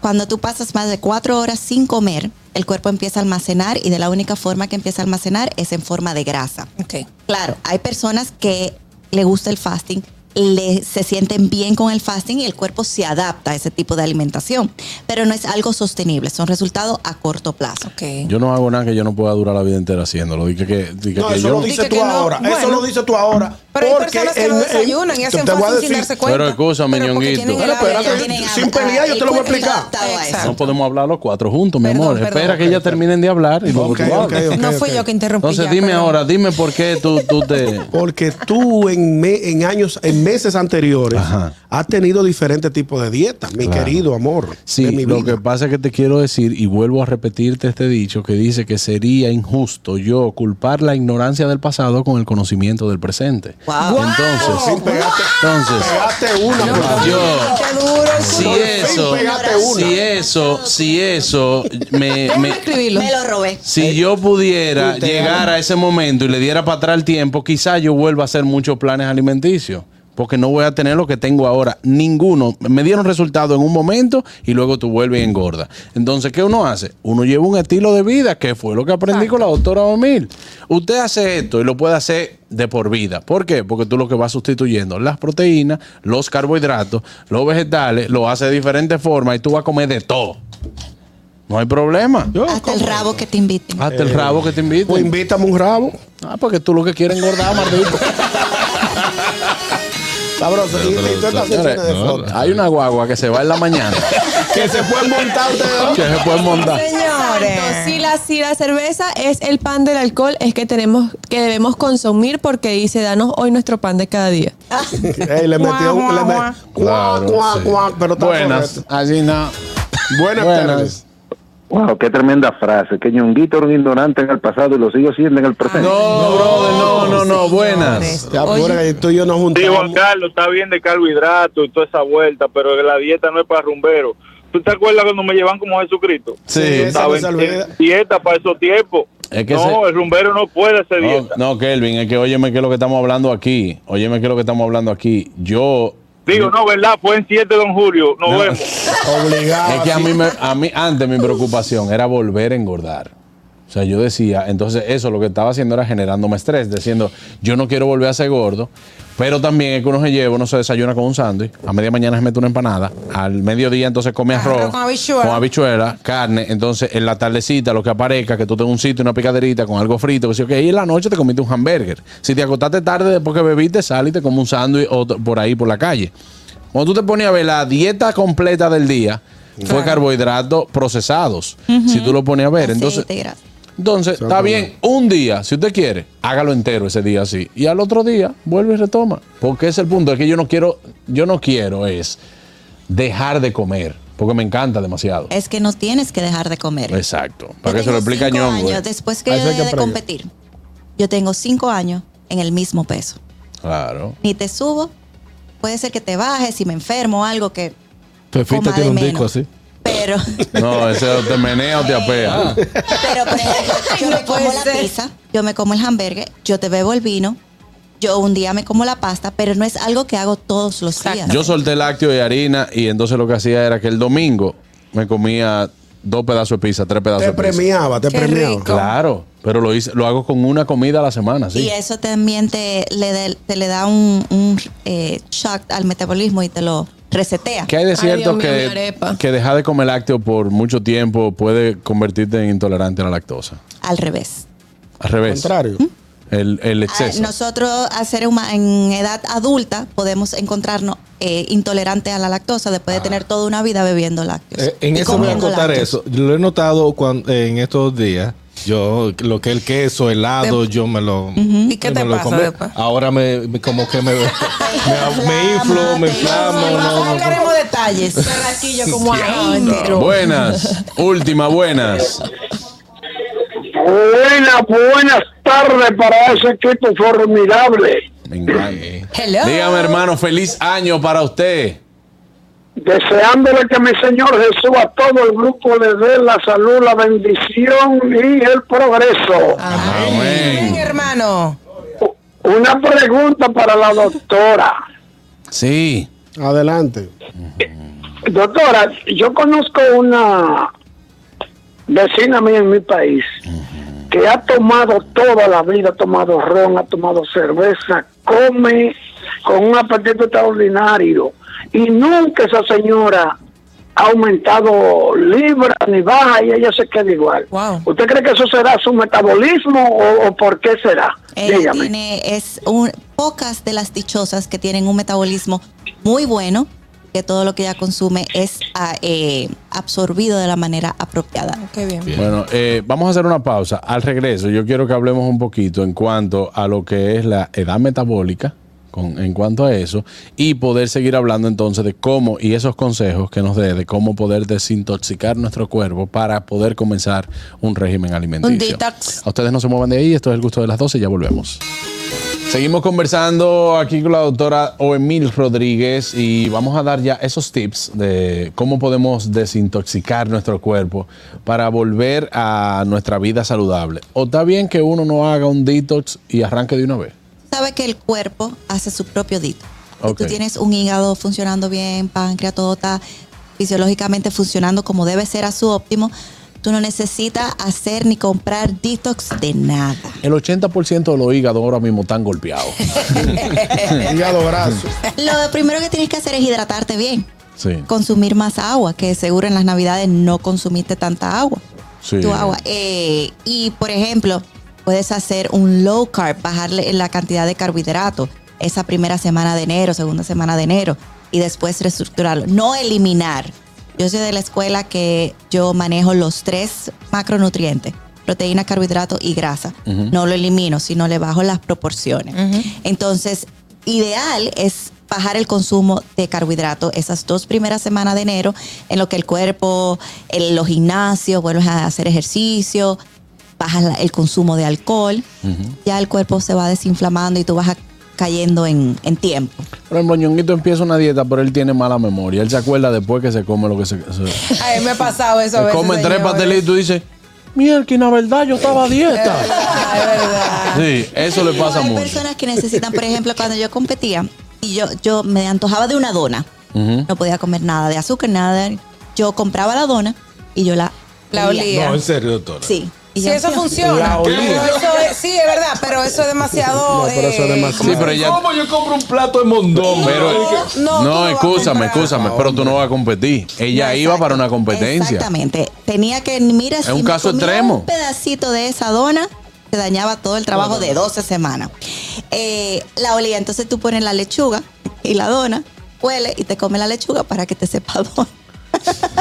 S3: Cuando tú pasas más de cuatro horas sin comer, el cuerpo empieza a almacenar y de la única forma que empieza a almacenar es en forma de grasa.
S5: Ok.
S3: Claro, hay personas que le gusta el fasting, le- se sienten bien con el fasting y el cuerpo se adapta a ese tipo de alimentación. Pero no es algo sostenible, son resultados a corto plazo.
S2: Yo no hago nada que yo no pueda durar la vida entera haciéndolo. Dije que, dije
S7: No,
S2: que
S7: eso
S2: yo.
S7: lo dices
S5: Dice
S7: tú
S5: que no.
S7: ahora. Eso
S5: Bueno.
S7: lo dices tú ahora.
S5: Pero hay
S7: Porque
S5: personas que
S7: en-
S5: lo
S7: en-
S5: desayunan y
S7: te-
S5: hacen
S7: te voy a
S5: fasting sin
S7: decir-
S5: darse cuenta.
S2: pero escúchame,
S5: Pero porque
S2: ñonguito.
S5: tienen
S7: Pero
S5: el hábito,
S7: espérate,
S5: tienen el
S7: sin
S5: hábito.
S7: pelear, yo te lo voy a explicar.
S3: adaptado a eso.
S5: Exacto.
S2: No podemos hablar los cuatro juntos, mi
S5: Perdón,
S2: amor.
S5: perdón.
S2: Espera que ya terminen de hablar y luego
S7: Ok,
S2: tú hablas.
S7: ok, ok.
S5: No fui yo que interrumpí.
S2: Entonces
S5: ya,
S2: dime
S5: perdón.
S2: ahora, dime por qué tú, tú te.
S7: Porque tú en, me- en años, en meses anteriores,
S2: Ajá.
S7: has tenido diferentes tipos de dietas, mi
S2: Claro.
S7: querido amor. de
S2: Sí,
S7: mi
S2: lo
S7: vida.
S2: que pasa es que te quiero decir, y vuelvo a repetirte este dicho, que dice que sería injusto yo culpar la ignorancia del pasado con el conocimiento del presente.
S3: Wow.
S2: Entonces,
S7: Sin pegarte,
S2: entonces,
S7: pegarte una. por favor.
S2: yo,
S5: Qué duro el
S2: si
S5: culo.
S2: eso,
S7: pégate una.
S2: si eso, si eso, me,
S5: Déjame
S2: me-
S5: escribirlo.
S3: Me lo robé.
S2: si yo pudiera llegar a ese momento y le diera para atrás el tiempo, quizá yo vuelva a hacer muchos planes alimenticios. Porque no voy a tener lo que tengo ahora. Ninguno. Me dieron resultado en un momento y luego tú vuelves y engordas. Entonces, ¿qué uno hace? Uno lleva un estilo de vida, que fue lo que aprendí con la doctora Omil. Usted hace esto y lo puede hacer de por vida. ¿Por qué? Porque tú lo que vas sustituyendo las proteínas, los carbohidratos, los vegetales, lo hace de diferentes formas y tú vas a comer de todo. No hay problema.
S3: Hasta el rabo que te inviten.
S2: Hasta el rabo que te invito.
S7: Pues invítame un rabo.
S2: Ah, porque tú lo que quieres engordar, [laughs] maldito.
S7: Sabroso. Y- y todas estas secciones de fotos.
S2: Hay una guagua que se va en la mañana.
S7: Que se puede montar ustedes
S5: [laughs]
S7: dos.
S2: que se puede montar.
S5: [laughs] Señores.
S6: Exacto. Si la, si la cerveza es el pan del alcohol, es que tenemos que debemos consumir porque dice, danos hoy nuestro pan de cada día.
S7: Ey, le metió un. Le
S5: Guau,
S7: met- Guau, guau, guau, Pero está
S2: Buenas.
S7: correcto.
S2: Así no.
S7: Buenas tardes.
S9: Wow, qué tremenda frase. Que ñonguito era un ignorante en el pasado y lo sigo siendo en el presente.
S2: No, brother, no, no, no. Buenas.
S7: Ya, ahora que tú y yo nos
S8: Sí,
S7: juntamos.
S8: Juan Carlos, está bien de carbohidrato y toda esa vuelta, pero la dieta no es para rumberos. ¿Tú te acuerdas cuando me llevan como Jesucristo?
S2: Sí.
S7: Esa no se
S8: Saben
S7: olvida.
S8: que eh, dieta para esos tiempos.
S2: Es que
S8: no,
S2: se-
S8: el rumbero no puede hacer
S2: No,
S8: dieta.
S2: no, Kelvin, es que óyeme que es lo que estamos hablando aquí. Óyeme que es lo que estamos hablando aquí. Yo.
S8: Digo, no, ¿verdad? Fue en 7 de don Julio. Nos vemos.
S7: Obligado.
S2: Es que a
S7: así.
S2: mí, me- a mí antes mi preocupación era volver a engordar. O sea, yo decía, entonces eso lo que estaba haciendo era generándome estrés, diciendo, yo no quiero volver a ser gordo, pero también es que uno se lleva, uno se desayuna con un sándwich, a media mañana se mete una empanada, al mediodía entonces come
S5: Arroz
S2: arroz,
S5: Ah, con habichuela.
S2: con habichuela, carne, entonces en la tardecita lo que aparezca, que tú tengas un sitio, una picaderita con algo frito, que sí, ok, y en la noche te comiste un hamburger. Si te acostaste tarde después que bebiste, sal y te como un sándwich o t- por ahí, por la calle. Cuando tú te pones a ver la dieta completa del día, fue carbohidratos procesados. Si tú lo pones a ver, entonces,
S3: Aceite, grasa.
S2: entonces está bien, un día, si usted quiere, hágalo entero ese día así. Y al otro día, vuelve y retoma. Porque ese es el punto, es que yo no quiero, yo no quiero es dejar de comer, porque me encanta demasiado.
S3: Es que no tienes que dejar de comer.
S2: Exacto.
S3: Yo
S2: Pues, Para que se lo
S3: tengo
S2: explica
S3: cinco
S2: Ñongo. eh.
S3: años Después que
S7: Ahí
S3: yo
S7: sí hay
S3: dejé
S7: que
S3: de
S7: aprender.
S3: competir, yo tengo cinco años en el mismo peso.
S2: Claro.
S3: Ni te subo, puede ser que te bajes, si me enfermo o algo que.
S4: Te fuiste
S3: coma
S4: a tirar
S3: de
S4: un disco
S3: menos.
S4: así.
S3: Pero,
S2: No, ese o te menea o te
S3: Ah.
S2: apea.
S3: pero por ejemplo, yo me como la pizza, yo me como el hamburger, yo te bebo el vino, yo un día me como la pasta, pero no es algo que hago todos los días.
S2: Yo solté lácteo y harina y entonces lo que hacía era que el domingo me comía dos pedazos de pizza, tres pedazos
S7: Te
S2: de pizza.
S7: premiaba, te
S5: Qué
S7: premiaba.
S5: rico.
S2: Claro, pero lo hice, lo hago con una comida a la semana, sí.
S3: Y eso también te le, de- te le da un, un, eh, shock al metabolismo y te lo resetea.
S2: Que hay de
S6: Ay,
S2: cierto
S6: Dios mío, mi
S2: que,
S6: arepa.
S2: que dejar de comer lácteo por mucho tiempo puede convertirte en intolerante a la lactosa.
S3: Al revés.
S2: Al revés.
S7: Contrario.
S6: ¿Mm?
S2: El, el
S3: Ah,
S2: exceso.
S3: Nosotros, a ser huma- en edad adulta, podemos encontrarnos eh, intolerantes a la lactosa después de tener toda una vida bebiendo lácteos.
S4: Ah. Eh, en
S3: y
S4: eso voy a
S3: comiendo
S4: contar
S3: lácteos.
S4: eso. Lo he notado cuan- eh, en estos días. Yo, lo que el queso, helado, yo me lo.
S5: ¿Y qué
S4: yo
S5: te
S4: me lo
S5: pasa
S4: comí.
S5: después?
S4: Ahora me, me- como que me, [laughs] me, me inflo,
S3: Inflama, te
S4: me inflamo.
S3: inflama.
S4: no, no,
S5: No
S4: no.
S5: queremos detalles.
S6: Carraquillo como agua. [laughs]
S2: Buenas. Última, buenas.
S10: Buenas, buenas tardes para ese equipo formidable.
S2: Me encanta.
S5: Hello.
S2: eh. Dígame, hermano, feliz año para usted.
S10: Deseándole que mi Señor Jesús a todo el grupo le dé la salud, la bendición y el progreso.
S2: Ah.
S5: Amén, hermano.
S10: Una pregunta para la doctora.
S2: Sí.
S7: Adelante.
S10: Doctora, yo conozco una vecina mía en mi país que ha tomado toda la vida, ha tomado ron, ha tomado cerveza, come con un apetito extraordinario. Y nunca esa señora ha aumentado libras ni baja y ella se queda igual. ¿Usted cree que eso será su metabolismo o, o por qué será?
S3: Ella
S10: Dígame.
S3: tiene, es un- pocas de las dichosas que tienen un metabolismo muy bueno, que todo lo que ella consume es ah, eh, absorbido de la manera apropiada.
S5: Qué bien.
S2: Bueno, eh, vamos a hacer una pausa. Al regreso, yo quiero que hablemos un poquito en cuanto a lo que es la edad metabólica, con, en cuanto a eso, y poder seguir hablando entonces de cómo y esos consejos que nos dé de cómo poder desintoxicar nuestro cuerpo para poder comenzar un régimen alimenticio.
S3: Un detox.
S2: A ustedes no se muevan de ahí, esto es el gusto de las 12, ya volvemos. Seguimos conversando aquí con la doctora Oemil Rodríguez y vamos a dar ya esos tips de cómo podemos desintoxicar nuestro cuerpo para volver a nuestra vida saludable. ¿O está bien que uno no haga un detox y arranque de una vez?
S3: Sabe que el cuerpo hace su propio dito.
S2: Ok.
S3: Tú tienes un hígado funcionando bien, páncreas, todo está fisiológicamente funcionando como debe ser a su óptimo. Tú no necesitas hacer ni comprar detox de nada.
S2: [laughs] El 80% de los hígados ahora mismo están golpeados.
S3: [laughs]
S7: Hígado graso.
S3: Lo primero que tienes que hacer es hidratarte bien.
S2: Sí,
S3: consumir más agua, que seguro en las navidades no consumiste tanta agua,
S2: sí.
S3: tu agua. Eh, y por ejemplo, puedes hacer un low carb, bajarle la cantidad de carbohidratos esa primera semana de enero, segunda semana de enero, y después reestructurarlo. No eliminar. Yo soy de la escuela que yo manejo los tres macronutrientes, proteína, carbohidrato y grasa.
S11: Ujú.
S3: No lo elimino, sino le bajo las proporciones. Entonces, ideal es bajar el consumo de carbohidratos esas dos primeras semanas de enero, en lo que el cuerpo, en los gimnasios, vuelves a hacer ejercicio, bajas la- el consumo de alcohol, ya el cuerpo se va desinflamando y tú vas a- cayendo en, en tiempo.
S2: Por ejemplo, Ñonguito empieza una dieta, pero él tiene mala memoria. Él se acuerda después que se come lo que
S3: [laughs]
S2: se... se-
S5: A mí me ha pasado eso. a
S2: se
S5: veces,
S2: come tres
S5: señores.
S2: pastelitos y tú dices, mierda, que la verdad yo estaba
S3: [laughs]
S2: a dieta. Sí, eso le pasa
S3: hay
S2: mucho.
S3: personas que necesitan, por ejemplo, cuando yo competía y yo, yo me antojaba de una dona,
S2: Ujú.
S3: no podía comer nada de azúcar, nada. de- Yo compraba la dona y yo la...
S5: La olía.
S4: No, en serio, doctora.
S3: Sí. Y
S5: Sí,
S3: yo-
S5: eso funciona.
S4: La
S5: Pero
S4: olía.
S5: eso es- sí, es verdad, pero eso es demasiado. eh,
S2: Sí, pero ella-
S4: ¿Cómo yo compro un plato de mondongo?
S2: Pero, no,
S5: no, tú no vas a
S2: escúchame,
S5: comprar.
S2: escúchame, pero tú no vas a competir. Ella iba para una competencia.
S3: Exactamente. Tenía que, mira,
S2: Es un caso
S3: comía
S2: extremo.
S3: Un pedacito de esa dona te dañaba todo el trabajo de 12 semanas. Eh, la olía, entonces tú pones la lechuga y la dona, huele y te come la lechuga para que te sepa [laughs] dona.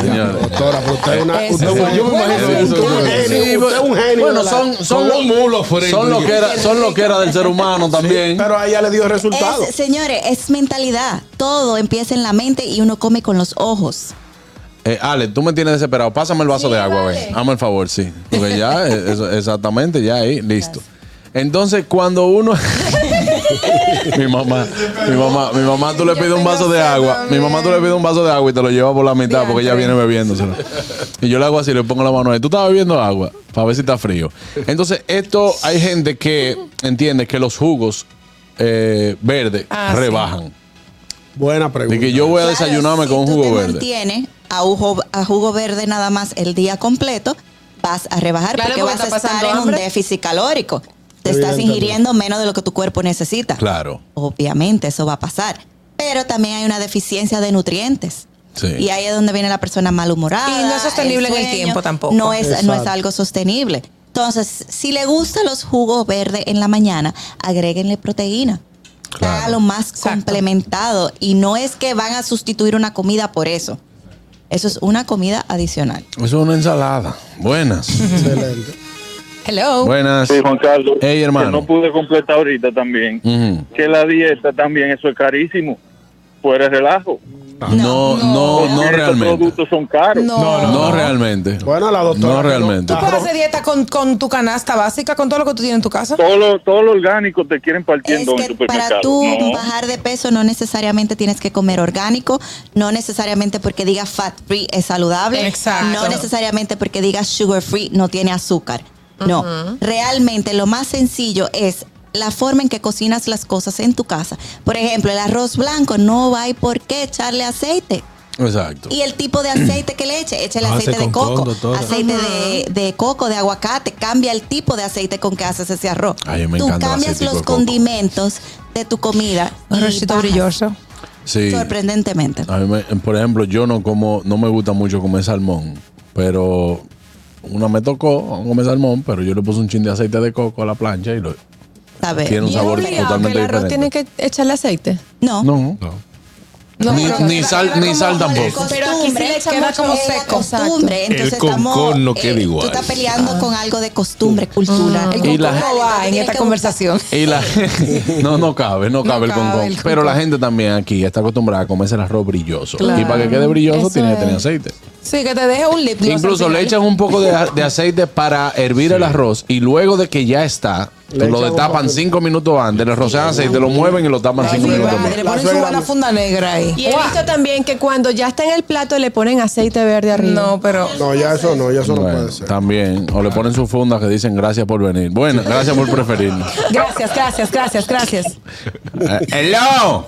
S2: Señor.
S7: Doctora, pero usted es una-
S2: Eso
S7: usted es una-
S2: sí.
S7: yo me imagino que usted es un genio,
S2: Sí,
S7: usted es un genio
S2: Bueno,
S7: de la-
S2: son, son
S7: con un mulo frente.
S2: Son lo que era, son lo que era del ser humano también.
S7: Pero a ella le dio resultado.
S3: Es- señores, es mentalidad. Todo empieza en la mente y uno come con los ojos.
S2: Eh, Ale, tú me tienes desesperado. Pásame el vaso de agua, ven. Hazme el favor, sí.
S3: [laughs]
S2: Porque ya, eh, eso- exactamente, ya ahí, listo. Entonces, cuando uno. [laughs] mi mamá, mi mamá, mi mamá, tú le pides un vaso de agua. Mi mamá, tú le pides un vaso de agua y te lo lleva por la mitad porque ella viene bebiéndoselo. Y yo le hago así, le pongo la mano ahí. Tú estás bebiendo agua para ver si está frío. Entonces, esto hay gente que entiende que los jugos eh, verdes
S3: Ah, sí.
S2: rebajan.
S7: Buena pregunta.
S2: De que yo voy a desayunarme con un jugo verde.
S3: Mantiene a jugo, a jugo verde nada más el día completo, vas a rebajar
S11: Claro,
S3: porque
S11: porque
S3: vas a
S11: está
S3: estar
S11: pasando
S3: en un
S11: hambre.
S3: déficit calórico. Te estás
S11: Evidentemente.
S3: ingiriendo menos de lo que tu cuerpo necesita.
S2: Claro.
S3: Obviamente, eso va a pasar. Pero también hay una deficiencia de nutrientes.
S2: Sí.
S3: Y ahí es donde viene la persona malhumorada.
S5: Y no es sostenible en el
S3: sueño.
S5: tiempo tampoco.
S3: No es, no es
S5: Exacto.
S3: algo sostenible. Entonces, si le gustan los jugos verdes en la mañana, agréguenle proteína. Hágalo más complementado. Y no es que van a sustituir una comida por eso. Eso es una comida adicional.
S2: Eso es una ensalada. Buenas.
S7: Excelente.
S5: Hello.
S2: Buenas.
S12: Sí, Juan Carlos.
S2: Hey, hermano.
S12: Que no pude completar ahorita también.
S2: Ujú.
S12: Que la dieta también, eso es carísimo. Fuera de relajo.
S2: No, no, no
S12: Porque Estos
S2: realmente.
S12: productos son caros.
S5: No. No,
S2: No, realmente.
S7: Bueno, la
S2: doctora. No Ah. realmente.
S5: ¿Tú puedes hacer dieta con, con tu canasta básica, con todo lo que tú tienes en tu casa?
S12: Todo lo, todo lo orgánico te quieren partiendo en supermercado.
S3: Para tú
S12: No.
S3: bajar de peso no necesariamente tienes que comer orgánico, no necesariamente porque diga fat free es saludable, no necesariamente porque diga sugar free no tiene azúcar. No,
S11: Ujú.
S3: realmente lo más sencillo es la forma en que cocinas las cosas en tu casa. Por ejemplo, el arroz blanco no hay por qué echarle aceite.
S2: Exacto.
S3: Y el tipo de aceite que le eche, echa el
S2: Lo hace
S3: aceite de
S2: con
S3: coco,
S2: condo, todo.
S3: aceite de, de coco, de aguacate, cambia el tipo de aceite con que haces ese arroz.
S2: Ay, me
S3: Tú
S2: encanta el
S3: cambias
S2: aceitico
S3: los
S2: de coco.
S3: condimentos de tu comida. y
S5: Arrocito
S3: bajas
S5: brilloso.
S2: Sí. Ah,
S3: Sorprendentemente.
S2: A mí me- por ejemplo, yo no como, no me gusta mucho comer salmón, pero una me tocó vamos a comer salmón, pero yo le puse un chin de aceite de coco a la plancha y lo
S3: ¿Sabes?
S2: tiene un
S6: Y es
S2: sabor
S6: obligado
S2: totalmente
S6: que el arroz
S2: diferente.
S6: tiene que echarle aceite.
S3: No.
S2: No.
S6: No,
S2: ni,
S6: pero
S2: ni
S6: queda-
S2: sal,
S6: queda
S2: ni
S6: como
S2: sal
S6: con el
S2: tampoco.
S6: Pero aquí sí le echa
S3: queda
S6: mucho
S3: como
S6: el
S3: seco.
S6: exacto.
S3: Costumbre. Entonces
S4: El concón no
S3: estamos, eh,
S4: queda igual.
S3: Tú estás peleando con algo de costumbre,
S6: Ah.
S3: cultura.
S2: El Ah. Y la- concón no
S5: va en esta conversación.
S2: Y la, no, no cabe, no cabe el
S5: cabe
S2: concón.
S5: el
S2: Pero la
S5: concón.
S2: gente también aquí está acostumbrada a comerse el arroz brilloso. Y
S5: Claro.
S2: para que quede brilloso
S5: Eso
S2: tiene que
S5: es.
S2: tener aceite.
S5: Sí, que te deje un lip gloss
S2: Incluso
S5: al
S2: le
S5: final.
S2: echan un poco de, de aceite para hervir el arroz y luego de que ya está,
S5: Le
S2: lo
S5: echan un
S2: destapan cinco minutos antes, le rocean aceite, lo mueven y lo tapan cinco
S5: Sí,
S2: minutos
S5: madre,
S2: más.
S5: le ponen su buena funda negra ahí.
S6: Y he visto también que cuando ya está en el plato le ponen aceite verde arriba.
S5: No, pero.
S7: No, ya eso no, ya eso no
S2: Bueno,
S7: puede ser.
S2: También, o le ponen su funda que dicen gracias por venir. Bueno, gracias por preferirnos.
S5: Gracias, gracias, gracias, gracias.
S2: Eh, hello.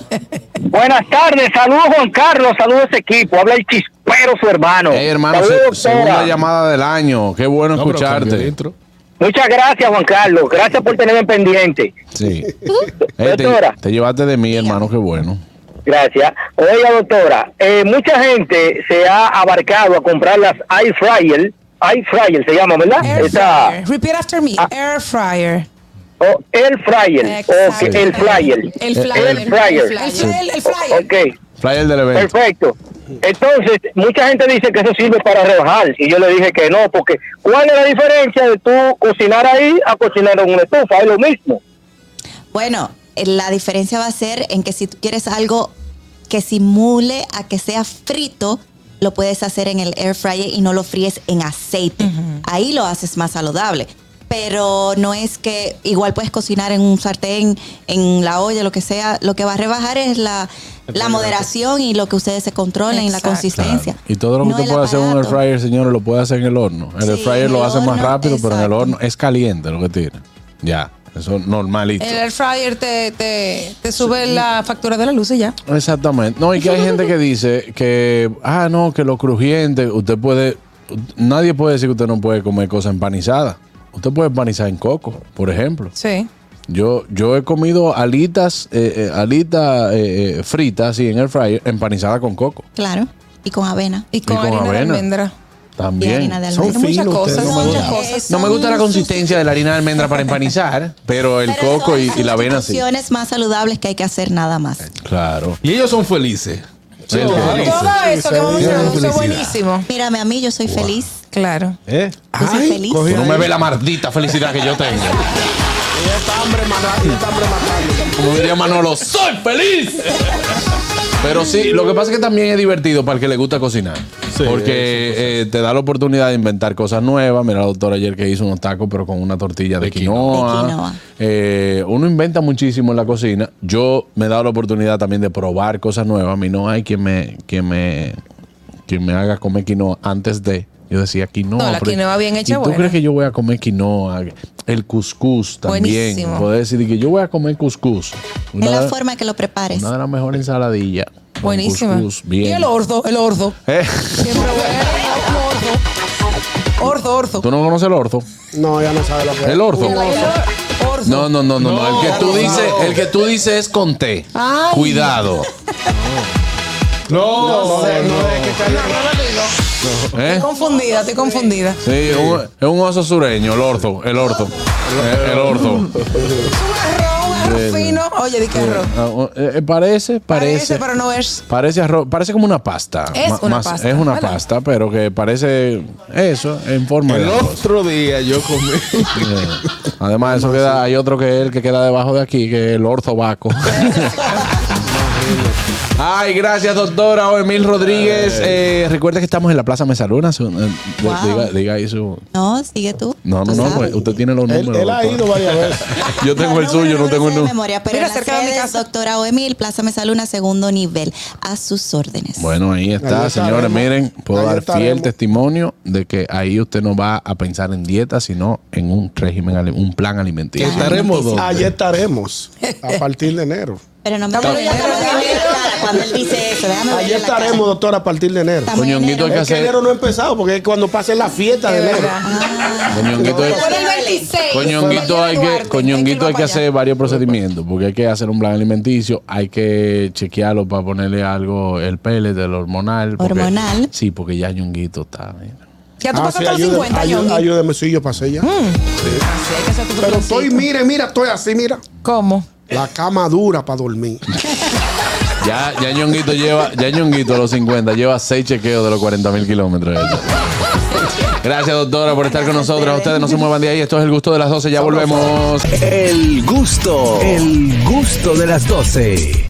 S11: Buenas tardes, saludos Juan Carlos, saludos equipo, habla el chispero su hermano.
S2: Hermano, se-
S11: Saludos,
S2: segunda
S11: doctora.
S2: llamada del año. Qué bueno
S11: pero cambió el
S2: escucharte.
S11: Muchas gracias Juan Carlos, gracias por tenerme pendiente.
S2: Sí.
S11: [laughs]
S2: Eh, te,
S11: Doctora.
S2: te llevaste de mí, hermano, qué bueno.
S11: Gracias. Oiga doctora, eh, mucha gente se ha abarcado a comprar las air fryer, air fryer se llama, ¿verdad?
S5: Air
S11: Esa-
S5: fryer. Repeat after me. Air fryer.
S11: o air fryer, o que- el flyer.
S5: El flyer.
S11: El fryer.
S5: El flyer, el flyer.
S11: Ok.
S2: Flyer del evento.
S11: Perfecto. Entonces, mucha gente dice que eso sirve para rebajar. Y yo le dije que no, porque ¿cuál es la diferencia de tú cocinar ahí a cocinar en una estufa? Es lo mismo.
S3: Bueno, eh, la diferencia va a ser en que si tú quieres algo que simule a que sea frito, lo puedes hacer en el air fryer y no lo fríes en aceite. Ahí lo haces más saludable. Pero no es que igual puedes cocinar en un sartén, en la olla, lo que sea. Lo que va a rebajar es la, la moderación y lo que ustedes se controlen y la consistencia.
S2: Y todo lo que usted puede hacer en un air fryer, señores, lo puede hacer en el horno. El air fryer lo hace más rápido, pero en el horno es caliente lo que tiene. Ya, eso es normalito.
S5: El air fryer te, te, te sube la factura de la luz y ya.
S2: Exactamente. No, y que hay gente que dice que, ah, no, que lo crujiente, usted puede, nadie puede decir que usted no puede comer cosas empanizadas. Usted puede empanizar en coco, por ejemplo.
S5: Sí.
S2: Yo, yo he comido alitas, eh, eh, alitas eh, eh, fritas, así en el fryer, empanizadas con coco.
S3: Claro. Y con avena.
S5: Y con,
S2: con
S5: harina de
S2: avena.
S5: almendra.
S3: Y
S2: También.
S3: harina de Son almendra.
S5: Muchas finos cosas, ustedes, no
S2: no, me
S5: me muchas
S2: gusta.
S5: gusta. cosas.
S2: no me gusta la
S5: Son
S2: consistencia de la harina de almendra para empanizar, pero el
S3: Pero
S2: coco
S3: son
S2: y, y la avena sí.
S3: sustituciones más saludables que hay que hacer nada más.
S2: Claro.
S4: Y ellos son felices.
S2: Sí,
S4: Ellos son
S2: claro.
S4: felices.
S5: Todo eso que vamos a
S4: Ellos son
S5: hacer es
S4: felicidad.
S5: buenísimo.
S3: Mírame a mí, yo soy feliz.
S5: Claro.
S4: ¿Eh?
S3: Yo soy feliz.
S2: Tú no me ve la maldita felicidad que yo tengo. Como diría Manolo, soy feliz. Pero sí, lo que pasa es que también es divertido para el que le gusta cocinar. porque eh, te da la oportunidad de inventar cosas nuevas. Mira la doctora ayer que hizo unos tacos, pero con una tortilla de, quinoa.
S3: De quinoa.
S2: Eh, uno inventa muchísimo en la cocina. Yo me he dado la oportunidad también de probar cosas nuevas. A mí no hay quien me, quien me, quien me haga comer quinoa antes de. Yo decía quinoa.
S5: No, la
S2: pero-
S5: quinoa bien hecha
S2: ¿y ¿Tú
S5: buena.
S2: crees que yo voy a comer quinoa? El cuscús también.
S5: Buenísimo.
S2: Puedo decir que yo voy a comer cuscús.
S3: Es
S2: Una-
S3: la forma que lo prepares.
S2: una de las mejores ensaladillas. con
S5: Buenísima.
S2: cuscús, bien.
S5: Y el ordo, el ordo.
S2: ¿Eh?
S5: Ordo, ordo.
S2: ¿Tú no conoces el orzo?
S7: No, ya no sabe lo que es.
S2: ¿El orzo?
S7: Un
S2: No, no, no, no, no. El que tú
S7: No.
S2: dices, el que tú dices es con té.
S7: Ay.
S2: Cuidado.
S4: No, no,
S2: ¿Eh?
S5: Estoy confundida, estoy confundida.
S2: Sí, un- es un oso sureño, el orzo, el orzo. El, el orzo.
S5: Arroz fino. Oye, di que arroz.
S2: Ah, eh, Parece,
S5: Parece,
S2: parece.
S5: pero no es.
S2: Parece arroz, parece como una pasta.
S5: Es
S2: Ma-
S5: una pasta,
S2: Es una
S5: ¿verdad?
S2: pasta, pero que parece eso, en forma
S4: El
S2: de arroz.
S4: otro día yo [laughs] comí.
S2: Eh, Además, de eso queda, hay otro que es el que queda debajo de aquí, que es el [laughs] orzobaco. Ay, gracias, doctora Emil Rodríguez. Eh, recuerda que estamos en la Plaza Mesaluna. su- eh,
S3: Wow.
S2: diga, diga ahí su.
S3: No, sigue tú.
S2: No, no,
S3: Tú
S2: no,
S3: sabes.
S2: pues, usted tiene los números.
S7: él ha
S2: doctora.
S7: ido varias
S2: [laughs]
S7: veces.
S2: Yo tengo el suyo, no tengo el
S3: de
S2: número.
S3: memoria, pero
S5: Mira,
S3: en las
S5: cerca de mi
S3: redes,
S5: casa.
S3: doctora Oemil, Plaza Mesaluna, segundo nivel, a sus órdenes.
S2: Bueno, ahí está,
S7: Ahí estaremos.
S2: señores. Miren, puedo
S7: Ahí
S2: dar
S7: estaremos.
S2: fiel testimonio de que ahí usted no va a pensar en dieta, sino en un régimen, ali- un plan alimenticio.
S4: estaremos
S7: Ah, Allí estaremos a partir de enero.
S3: Pero no me
S5: Estamos
S3: digas
S5: en enero,
S3: que no me digas,
S5: ya.
S3: Clara, cuando él dice eso, déjame ver.
S7: Allí estaremos, doctor, a partir de enero.
S2: Estamos en Coño, Ñonguito, hay que
S7: Es
S2: hacer-
S7: enero no ha empezado, porque es cuando pase la fiesta de enero.
S2: Coñonguito hay,
S5: Por el 26.
S2: coñonguito hay que, coñonguito hay que hacer varios procedimientos, porque hay que hacer un plan alimenticio, hay que chequearlo para ponerle algo, el pellet, el hormonal. porque-
S3: Hormonal.
S2: Sí, porque ya ñonguito está. mira.
S5: Ya tú
S7: Ah, sí,
S5: pasaste los Mm.
S7: ayuda-
S5: 50,
S7: ayu-
S5: Ñonguito.
S7: Ayúdame, sí, yo pasé ya. Pero estoy, mire, mira, estoy así, mira.
S5: ¿Cómo?
S7: La cama dura para dormir.
S2: Ya, ya ñonguito lleva, ya ñonguito a los 50, lleva 6 chequeos de los 40 mil kilómetros. Gracias, doctora, por estar con nosotros. Ustedes no se muevan de ahí. Esto es el gusto de las 12. Ya volvemos.
S1: El gusto, el gusto de las 12.